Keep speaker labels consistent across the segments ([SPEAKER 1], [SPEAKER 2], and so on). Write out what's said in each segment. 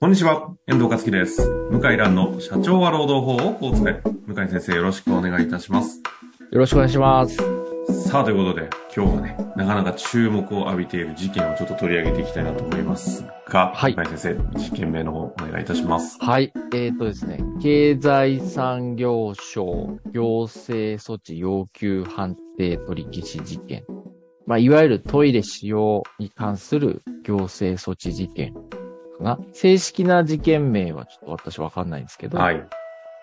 [SPEAKER 1] こんにちは、遠藤克樹です。向井蘭の社長は労働法をこう詰め。向井先生よろしくお願いいたします。
[SPEAKER 2] よろしくお願いします。
[SPEAKER 1] さあ、ということで、今日はね、なかなか注目を浴びている事件をちょっと取り上げていきたいなと思いますが、
[SPEAKER 2] はい
[SPEAKER 1] 向井先生、事件名の方お願いいたします。
[SPEAKER 2] はい。えっ、とですね、経済産業省行政措置要求判定取り消し事件。まあ、いわゆるトイレ使用に関する行政措置事件かな。正式な事件名はちょっと私わかんないんですけど、。
[SPEAKER 1] はいい。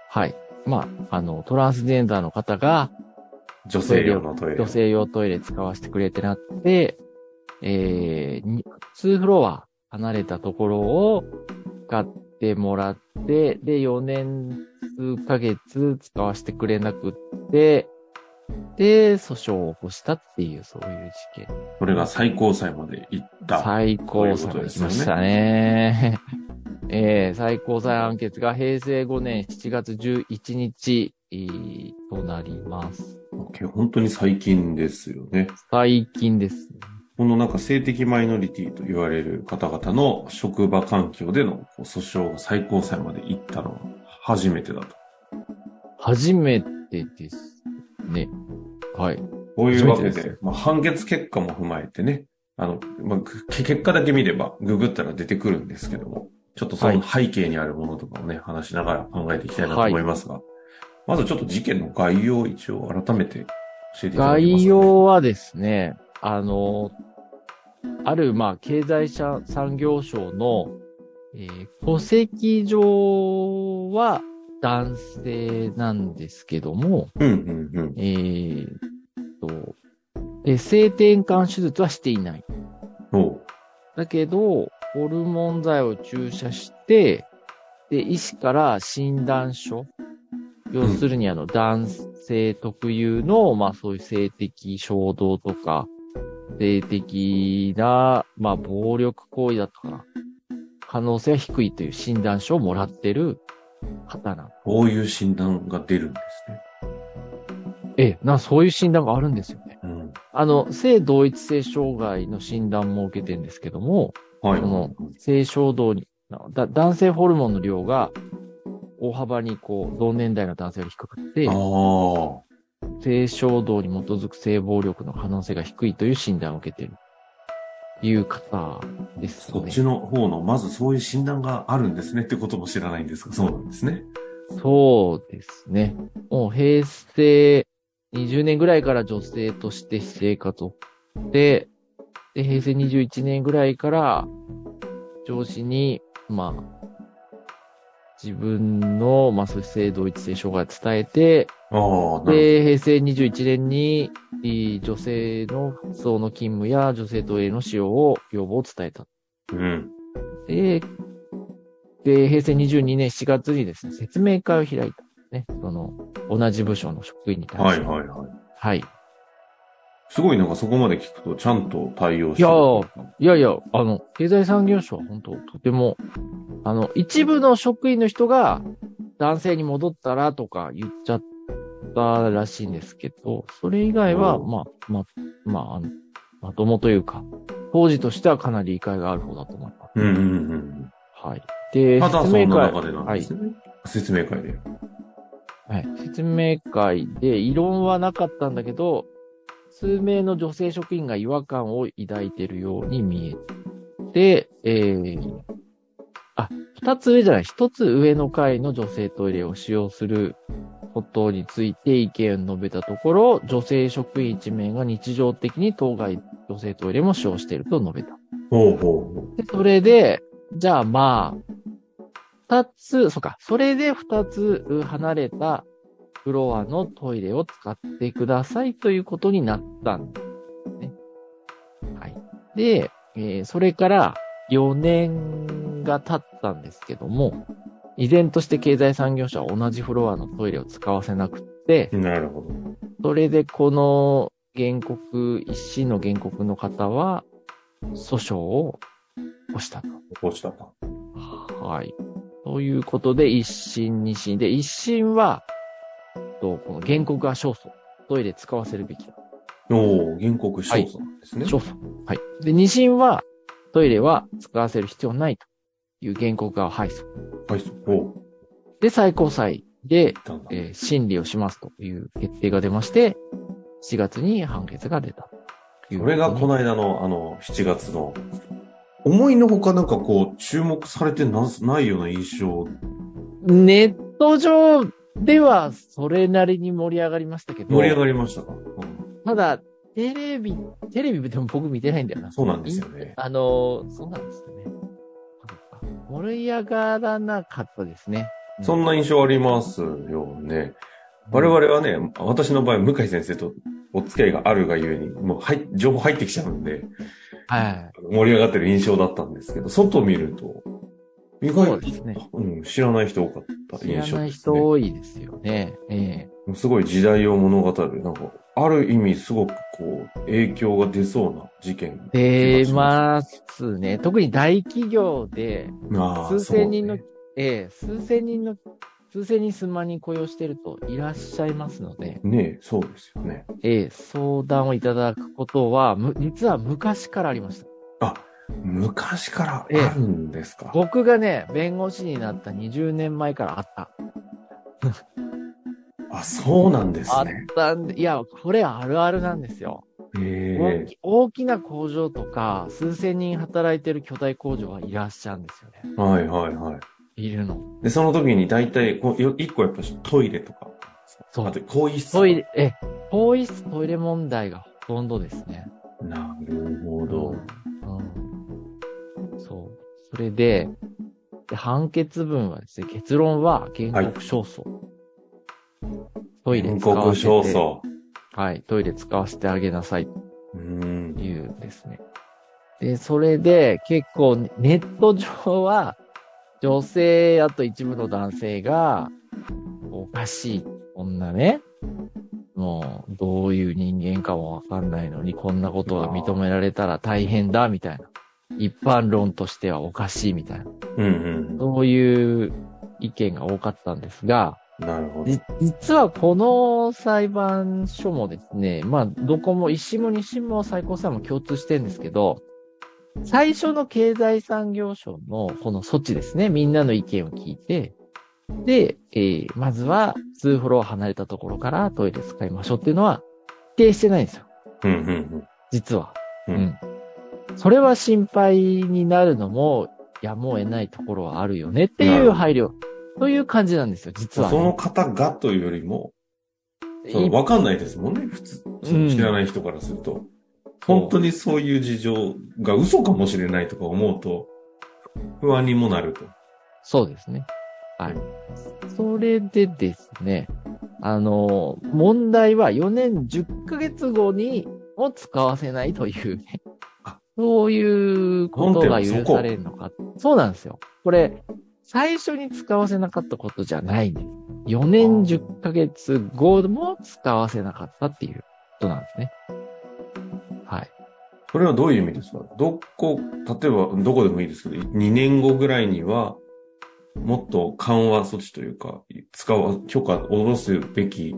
[SPEAKER 2] はい。まあ、あの、トランスジェンダーの方が
[SPEAKER 1] 女性用のトイレ。
[SPEAKER 2] 女性用トイレ使わせてくれってなって、えー、に2フロア離れたところを使ってもらって、で、4年数ヶ月使わせてくれなくって、で、訴訟を起こしたっていう、そういう事件。
[SPEAKER 1] これが最高裁まで行った。
[SPEAKER 2] 最高裁まで来ましたね。 えー、最高裁判決が平成5年7月11日えーとなります。
[SPEAKER 1] 本当に最近ですよね。
[SPEAKER 2] 最近ですね。
[SPEAKER 1] このなんか性的マイノリティと言われる方々の職場環境でのこう訴訟が最高裁まで行ったのは初めてだと。
[SPEAKER 2] 初めてですね。はい。
[SPEAKER 1] こういうわけ
[SPEAKER 2] 初めて
[SPEAKER 1] で、
[SPEAKER 2] で
[SPEAKER 1] まあ、判決結果も踏まえてね、あの、まあ、く結果だけ見れば、ググったら出てくるんですけども、ちょっとその背景にあるものとかをね、話しながら考えていきたいなと思いますが、まずちょっと事件の概要を一応改めて教えていただけますか、
[SPEAKER 2] 概要はですね、あの、ある、まあ、経済社産業省の、えー戸籍上は男性なんですけども、
[SPEAKER 1] うんうんうん。
[SPEAKER 2] えーっと、で性転換手術はしていない。
[SPEAKER 1] おう
[SPEAKER 2] だけど、ホルモン剤を注射して、で、医師から診断書。要するに、あの、男性特有の、まあそういう性的衝動とか、性的な、まあ暴力行為だとか、可能性は低いという診断書をもらってる方なんで
[SPEAKER 1] こういう診断が出るんですね。
[SPEAKER 2] す。ええ、な、そういう診断があるんですよね。
[SPEAKER 1] うん。
[SPEAKER 2] あの、性同一性障害の診断も受けてるんですけども、
[SPEAKER 1] はい。
[SPEAKER 2] その性衝動に、だ男性ホルモンの量が大幅にこう、同年代の男性より低くて、
[SPEAKER 1] ああ。
[SPEAKER 2] 性衝動に基づく性暴力の可能性が低いという診断を受けている。いう方です
[SPEAKER 1] そ
[SPEAKER 2] よ
[SPEAKER 1] っ
[SPEAKER 2] ね。
[SPEAKER 1] ちの方の、まずそういう診断があるんですねってことも知らないんですが、そうなんですね。
[SPEAKER 2] そうですね。もう平成20年ぐらいから女性として私生活を送って、で、平成21年ぐらいから上司に、まあ、自分の、まあ、そういう性同一性障害を伝えて、
[SPEAKER 1] ああ、なる
[SPEAKER 2] で、平成21年に、いい女性の活動の勤務や女性トイレの使用を要望を伝えた。
[SPEAKER 1] ほど。うん。
[SPEAKER 2] で、で、平成22年7月にですね、説明会を開いた。ね、その、同じ部署の職員に対
[SPEAKER 1] は
[SPEAKER 2] し
[SPEAKER 1] い
[SPEAKER 2] て。
[SPEAKER 1] はいはい。
[SPEAKER 2] はい。い。
[SPEAKER 1] すごいなんかそこまで聞くとちゃんと対応して
[SPEAKER 2] いやーやいや、あの、経済産業省は本当、とても、あの、一部の職員の人が男性に戻ったらとか言っちゃったらしいんですけど、それ以外は、
[SPEAKER 1] うん
[SPEAKER 2] まあ、まあ、まあ、あのまともというか、当時としてはかなり理解がある方だと思います。
[SPEAKER 1] うんうんうん
[SPEAKER 2] はい。で、
[SPEAKER 1] うん。ただそ
[SPEAKER 2] 説
[SPEAKER 1] ん
[SPEAKER 2] 明
[SPEAKER 1] な
[SPEAKER 2] 会
[SPEAKER 1] 中でなんですね。説明会で。
[SPEAKER 2] はい。説明会で異論はなかったんだけど、数名の女性職員が違和感を抱いているように見えて、えー、あ、二つ上じゃない、一つ上の階の女性トイレを使用することについて意見を述べたところ、女性職員一名が日常的に当該女性トイレも使用していると述べた。
[SPEAKER 1] ほうほうほ
[SPEAKER 2] で、それで、じゃあまあ、二つ、そうか、それで二つう離れたフロアのトイレを使ってくださいということになったんですね。はい。で、えーそれから4年が経ったんですけども、依然として経済産業省は同じフロアのトイレを使わせなくって、
[SPEAKER 1] う。なるほど。
[SPEAKER 2] それでこの原告、一審の原告の方は、訴訟を起こしたと。
[SPEAKER 1] こうしたか。
[SPEAKER 2] はい。ということで、一審、二審。で、一審は、とこの原告が勝訴。トイレ使わせるべきだ。
[SPEAKER 1] おお原告勝訴なんですね。
[SPEAKER 2] 勝訴。はい。で、二審は、トイレは使わせる必要ないという原告側敗訴。
[SPEAKER 1] はい、そこ。
[SPEAKER 2] で、最高裁で、
[SPEAKER 1] いたんだ。
[SPEAKER 2] えー審理をしますという決定が出まして、7月に判決が出たという
[SPEAKER 1] そ
[SPEAKER 2] と
[SPEAKER 1] れ
[SPEAKER 2] に
[SPEAKER 1] がこの間の、あの、7月の、思いのほかなんかこう、注目されてなないような印象。
[SPEAKER 2] ネット上ではそれなりに盛り上がりましたけど、
[SPEAKER 1] 盛り上がりましたか、うん
[SPEAKER 2] ただ、テレビ、テレビでも僕見てないんだよな。
[SPEAKER 1] そうなんですよね。
[SPEAKER 2] あのー、そうなんですよね。盛り上がらなかったですね。
[SPEAKER 1] そんな印象ありますよね。我々はね、私の場合、向井先生とお付き合いがあるがゆえに、もう、はい、情報入ってきちゃうんで、
[SPEAKER 2] はい。
[SPEAKER 1] 盛り上がってる印象だったんですけど、外見ると、意
[SPEAKER 2] そ
[SPEAKER 1] 外
[SPEAKER 2] うですね。
[SPEAKER 1] と、うん、知らない人多かった
[SPEAKER 2] 知
[SPEAKER 1] 印
[SPEAKER 2] ら
[SPEAKER 1] 象
[SPEAKER 2] ない
[SPEAKER 1] です、ね。
[SPEAKER 2] 人多いですよね。ええ
[SPEAKER 1] すごい時代を物語る、なんか、ある意味すごくこう、影響が出そうな事件。
[SPEAKER 2] 出ますね。特に大企業で、
[SPEAKER 1] ああ
[SPEAKER 2] 数千人の、
[SPEAKER 1] そうね
[SPEAKER 2] ええ数千人の、数千人数万人雇用してるといらっしゃいますので、
[SPEAKER 1] ねえそうですよね。
[SPEAKER 2] ええ相談をいただくことは、む実は昔からありました。
[SPEAKER 1] あ、昔からあるんですか。
[SPEAKER 2] 僕がね、弁護士になった20年前からあった。
[SPEAKER 1] あ、そうなんです
[SPEAKER 2] あっ
[SPEAKER 1] ね。
[SPEAKER 2] たんで、いや、これあるあるなんですよ。大
[SPEAKER 1] ええ
[SPEAKER 2] き大きな工場とか、数千人働いてる巨大工場はいらっしゃるんですよね。
[SPEAKER 1] はいはいはい。
[SPEAKER 2] いるの。
[SPEAKER 1] で、その時に大体、こうよ一個やっぱしトイレとか、
[SPEAKER 2] そう
[SPEAKER 1] あと、更衣室。
[SPEAKER 2] トイレ、え、更衣室、トイレ問題がほとんどですね。
[SPEAKER 1] なるほど。
[SPEAKER 2] うんそう。それで、で判決文はですね、結論は原告勝訴。トイレ
[SPEAKER 1] 全
[SPEAKER 2] 使わ
[SPEAKER 1] 国
[SPEAKER 2] せ
[SPEAKER 1] 少
[SPEAKER 2] て、
[SPEAKER 1] 々。
[SPEAKER 2] はい、トイレ使わせてあげなさいと
[SPEAKER 1] うん。
[SPEAKER 2] いうんですね。で、それで結構ネット上は女性、あと一部の男性がおかしい。こんなね、もうどういう人間かもわかんないのにこんなことが認められたら大変だみたいな。一般論としてはおかしいみたいな。
[SPEAKER 1] うんうん。
[SPEAKER 2] そういう意見が多かったんですが、
[SPEAKER 1] なるほど。
[SPEAKER 2] じ実はこの裁判所もですね、まあ、どこも一審も二審も最高裁も共通してるんですけど、最初の経済産業省のこの措置ですね、みんなの意見を聞いて、で、えーまずは2フロア離れたところからトイレ使いましょうっていうのは否定してないんですよ。
[SPEAKER 1] うんうん
[SPEAKER 2] 実は。
[SPEAKER 1] う
[SPEAKER 2] うんん。それは心配になるのも、やむを得ないところはあるよねっていう配慮。という感じなんですよ、
[SPEAKER 1] う
[SPEAKER 2] 実
[SPEAKER 1] ん。
[SPEAKER 2] は
[SPEAKER 1] そ
[SPEAKER 2] ね、
[SPEAKER 1] の方がというよりも、そうわかんないですもんね、普通。その知らない人からすると。本当にそういう事情が嘘かもしれないとか思うと、不安にもなると。
[SPEAKER 2] そうですね。はい。それでですね、あの、問題は4年10ヶ月後にも使わせないというね
[SPEAKER 1] あ。
[SPEAKER 2] そういうことが
[SPEAKER 1] 論点はそ
[SPEAKER 2] 許
[SPEAKER 1] こ
[SPEAKER 2] されるのか。そうなんですよ。これ、最初に使わせなかったことじゃないんです。4年10ヶ月後も使わせなかったっていうことなんですね。はい。
[SPEAKER 1] それはどういう意味ですかどこ、例えばどこでもいいですけど、2年後ぐらいには、もっと緩和措置というか、使う、許可を下ろすべき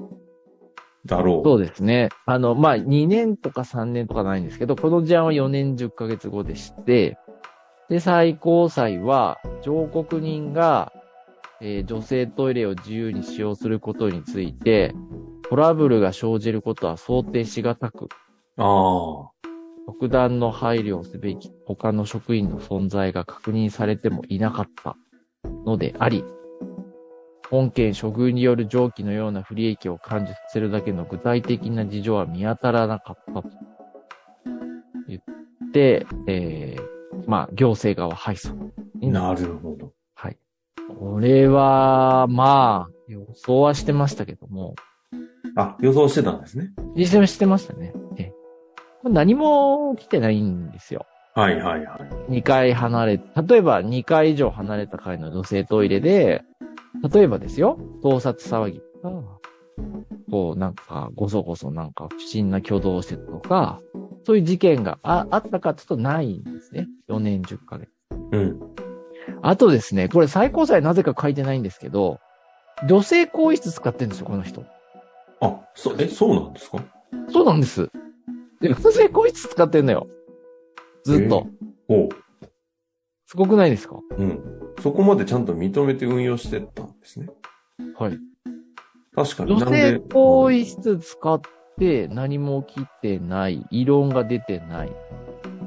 [SPEAKER 1] だろう。
[SPEAKER 2] そうですね。あの、まあ、2年とか3年とかないんですけど、この事案は4年10ヶ月後でして、で、最高裁は、上告人が、えー女性トイレを自由に使用することについて、トラブルが生じることは想定しがたく、
[SPEAKER 1] あ
[SPEAKER 2] 特段の配慮をすべき他の職員の存在が確認されてもいなかったのであり、本件処遇による上記のような不利益を感じさせるだけの具体的な事情は見当たらなかったと言って、えー、まあ、行政側敗訴。
[SPEAKER 1] あ、なるほど。
[SPEAKER 2] はい。これは、まあ、予想はしてましたけども、
[SPEAKER 1] あ、予想してたんですね。
[SPEAKER 2] 実際はしてましたね。ええこれ何も来てないんですよ。
[SPEAKER 1] はいはいはい。
[SPEAKER 2] 2回離れ、例えば2回以上離れた階の女性トイレで、例えばですよ、盗撮騒ぎとか、こうなんかごそごそなんか不審な挙動をしてたとか、そういう事件がああったかちょっとないんですね。4年10ヶ月。
[SPEAKER 1] うん。
[SPEAKER 2] あとですね、これ最高裁なぜか書いてないんですけど、女性更衣室使ってるんですよ、この人。
[SPEAKER 1] あ、そ、え、そうなんですか
[SPEAKER 2] そうなんです。で女性更衣室使ってんのよ。ずっと。
[SPEAKER 1] おう。
[SPEAKER 2] すごくないですか
[SPEAKER 1] うん。そこまでちゃんと認めて運用してったんですね。
[SPEAKER 2] はい。
[SPEAKER 1] 確かに。
[SPEAKER 2] 女
[SPEAKER 1] なん
[SPEAKER 2] 性
[SPEAKER 1] で
[SPEAKER 2] 更衣室使って何も起きてない、異論が出てない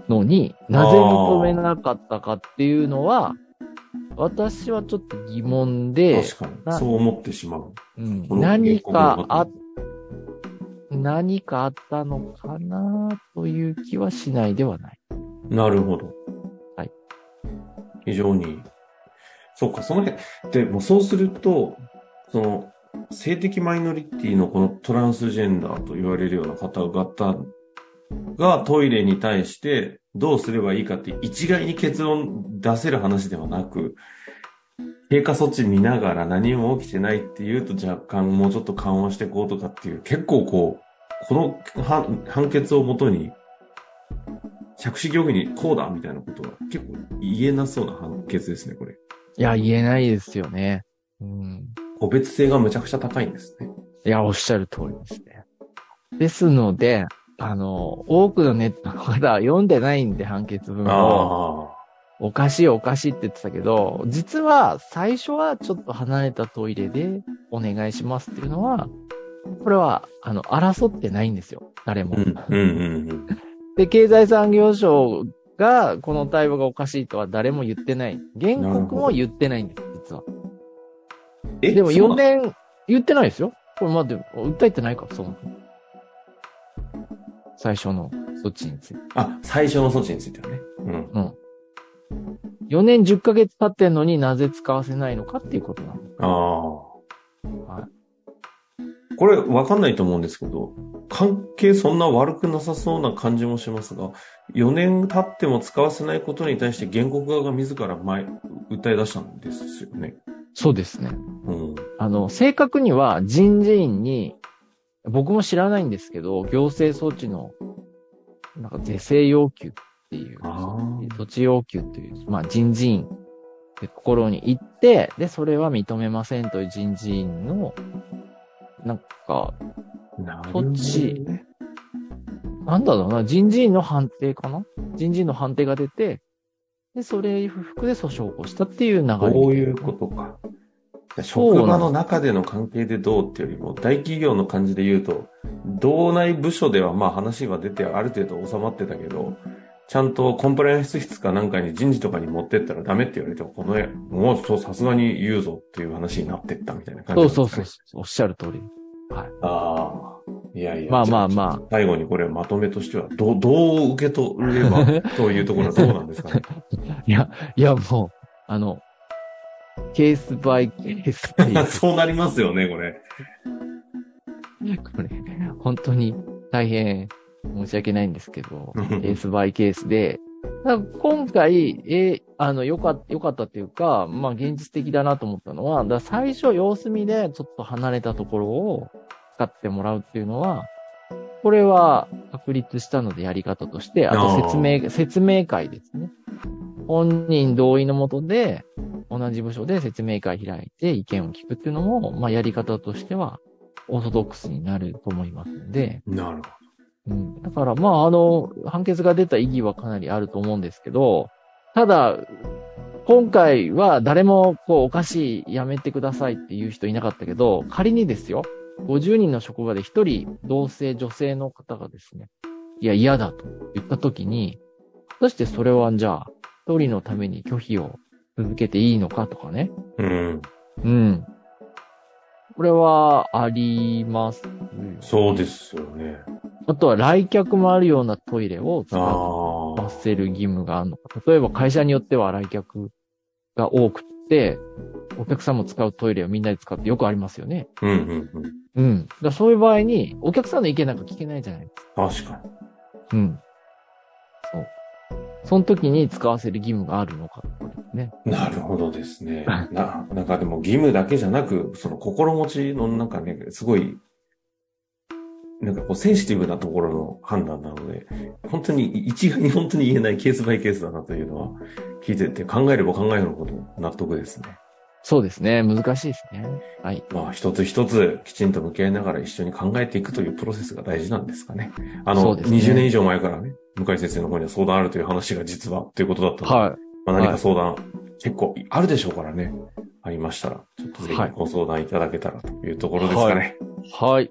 [SPEAKER 2] のに、なぜ認めなかったかっていうのは、私はちょっと疑問で、
[SPEAKER 1] 確か
[SPEAKER 2] な
[SPEAKER 1] に。そう思ってしまう。
[SPEAKER 2] うん
[SPEAKER 1] この
[SPEAKER 2] 何かあ
[SPEAKER 1] 原
[SPEAKER 2] っ、何かあったのかなという気はしないではない。
[SPEAKER 1] なるほど。
[SPEAKER 2] はい。
[SPEAKER 1] 非常に。そうか、その辺。でもうそうすると、その、性的マイノリティのこのトランスジェンダーと言われるような方々がトイレに対してどうすればいいかって一概に結論出せる話ではなく、経過措置見ながら何も起きてないっていうと若干もうちょっと緩和していこうとかっていう、結構こう、この判判決をもとに着手業務にこうだみたいなことは結構言えなそうな判決ですね、これ。
[SPEAKER 2] いや、言えないですよね。うん。
[SPEAKER 1] 個別性がむちゃくちゃ高いんですね。
[SPEAKER 2] いや、おっしゃる通りですね。ですので、あの、多くのネットの方は読んでないんで、判決文を。おかしいおかしいって言ってたけど、実は最初はちょっと離れたトイレでお願いしますっていうのは、これは、あの、争ってないんですよ。誰も。
[SPEAKER 1] あ。うん、うん、うん
[SPEAKER 2] で、経済産業省がこの対応がおかしいとは誰も言ってない。原告も言ってないんです、実は。
[SPEAKER 1] うん。え
[SPEAKER 2] でも
[SPEAKER 1] そうな
[SPEAKER 2] 4年言ってないですよ。これまで、訴えてないか、その。最初の措置について。
[SPEAKER 1] あ、最初の措置についてはね。うん。
[SPEAKER 2] 4年10ヶ月経ってんのになぜ使わせないのかっていうことなの。
[SPEAKER 1] ああ。
[SPEAKER 2] は
[SPEAKER 1] これ、わかんないと思うんですけど、関係そんな悪くなさそうな感じもしますが、4年経っても使わせないことに対して原告側が自ら前、訴え出したんですよね。
[SPEAKER 2] そうですね。
[SPEAKER 1] うん。
[SPEAKER 2] あの、正確には人事院に、僕も知らないんですけど、行政措置の、なんか是正要求っていう、
[SPEAKER 1] あ
[SPEAKER 2] 土地要求という、まあ、人事院ってところに行って、で、それは認めませんという人事院の、なんか、
[SPEAKER 1] あ。なる
[SPEAKER 2] ほ
[SPEAKER 1] ほ
[SPEAKER 2] ど
[SPEAKER 1] ど、
[SPEAKER 2] ね
[SPEAKER 1] ね。
[SPEAKER 2] なんだろうな、人事院の判定かな人事院の判定が出て、で、それ不服で訴訟を起こしたっていう流れ。
[SPEAKER 1] こういうことか。
[SPEAKER 2] そうなん
[SPEAKER 1] 職場の中での関係でどうっていうよりも、大企業の感じで言うと、道内部署ではまあ話は出てある程度収まってたけど、ちゃんとコンプライアンス室かなんかに人事とかに持ってったらダメって言われても、この絵、もうそうさすがに言うぞっていう話になってったみたいな感じ
[SPEAKER 2] そ
[SPEAKER 1] なんですか
[SPEAKER 2] うそ
[SPEAKER 1] ね、
[SPEAKER 2] うそう、おっしゃる通り。
[SPEAKER 1] ああ。いやいや。
[SPEAKER 2] まあまあ
[SPEAKER 1] あ。
[SPEAKER 2] ま
[SPEAKER 1] 最後にこれまとめとしては、どう、どう受け取ればというところはどうなんですかね。。
[SPEAKER 2] あ。いや、いやもう、あの、ケースバイケースって い う
[SPEAKER 1] そうなりますよね、これ。
[SPEAKER 2] これ、本当に大変申し訳ないんですけど、ケースバイケースで、ただ今回、えーあの、よかった、よかったっていうか、まあ、現実的だなと思ったのは、だから最初、様子見でちょっと離れたところを使ってもらうっていうのは、これは確立したのでやり方として、あと説明、説明会ですね。本人同意のもとで、同じ部署で説明会開いて意見を聞くっていうのも、まあ、やり方としては、オーソドックスになると思いますので、
[SPEAKER 1] なるほど。
[SPEAKER 2] うん。だから、まあ、あの、判決が出た意義はかなりあると思うんですけど、ただ、今回は誰も、こう、おかしい、やめてくださいっていう人いなかったけど、仮にですよ、50人の職場で1人、同性、女性の方がですね、いや、嫌だと言った時に、果たしてそれは、じゃあ、1人のために拒否を続けていいのかとかね、
[SPEAKER 1] うん。
[SPEAKER 2] うん。これはあります。
[SPEAKER 1] そうですよね。
[SPEAKER 2] あとは来客もあるようなトイレを使わ
[SPEAKER 1] ああ。
[SPEAKER 2] せる義務があるのか。例えば会社によっては来客が多くて、お客さんも使うトイレをみんなで使ってよくありますよね。
[SPEAKER 1] うんうんうん。
[SPEAKER 2] うん。だからそういう場合に、お客さんの意見なんか聞けないじゃないですか。
[SPEAKER 1] 確か
[SPEAKER 2] うん。そう。その時に使わせる義務があるのかとかですね。
[SPEAKER 1] に。なるほどですね。な、なんかでも義務だけじゃなく、その心持ちのなんかね、すごい、なんかこうセンシティブなところの判断なので、本当に一概に本当に言えないケースバイケースだなというのは聞いてて考えれば考えるほど納得ですね。
[SPEAKER 2] そうですね。難しいですね。はい。
[SPEAKER 1] まあ一つ一つきちんと向き合いながら一緒に考えていくというプロセスが大事なんですかね。あ
[SPEAKER 2] そう
[SPEAKER 1] の、
[SPEAKER 2] ですね
[SPEAKER 1] 20年以上前からね、向井先生の方には相談あるという話が実はということだったので、
[SPEAKER 2] はい。
[SPEAKER 1] まあ、何か相談、結構あるでしょうからね。ありましたら、ちょっとぜひ
[SPEAKER 2] はい
[SPEAKER 1] ご相談いただけたらというところですかね。
[SPEAKER 2] はい。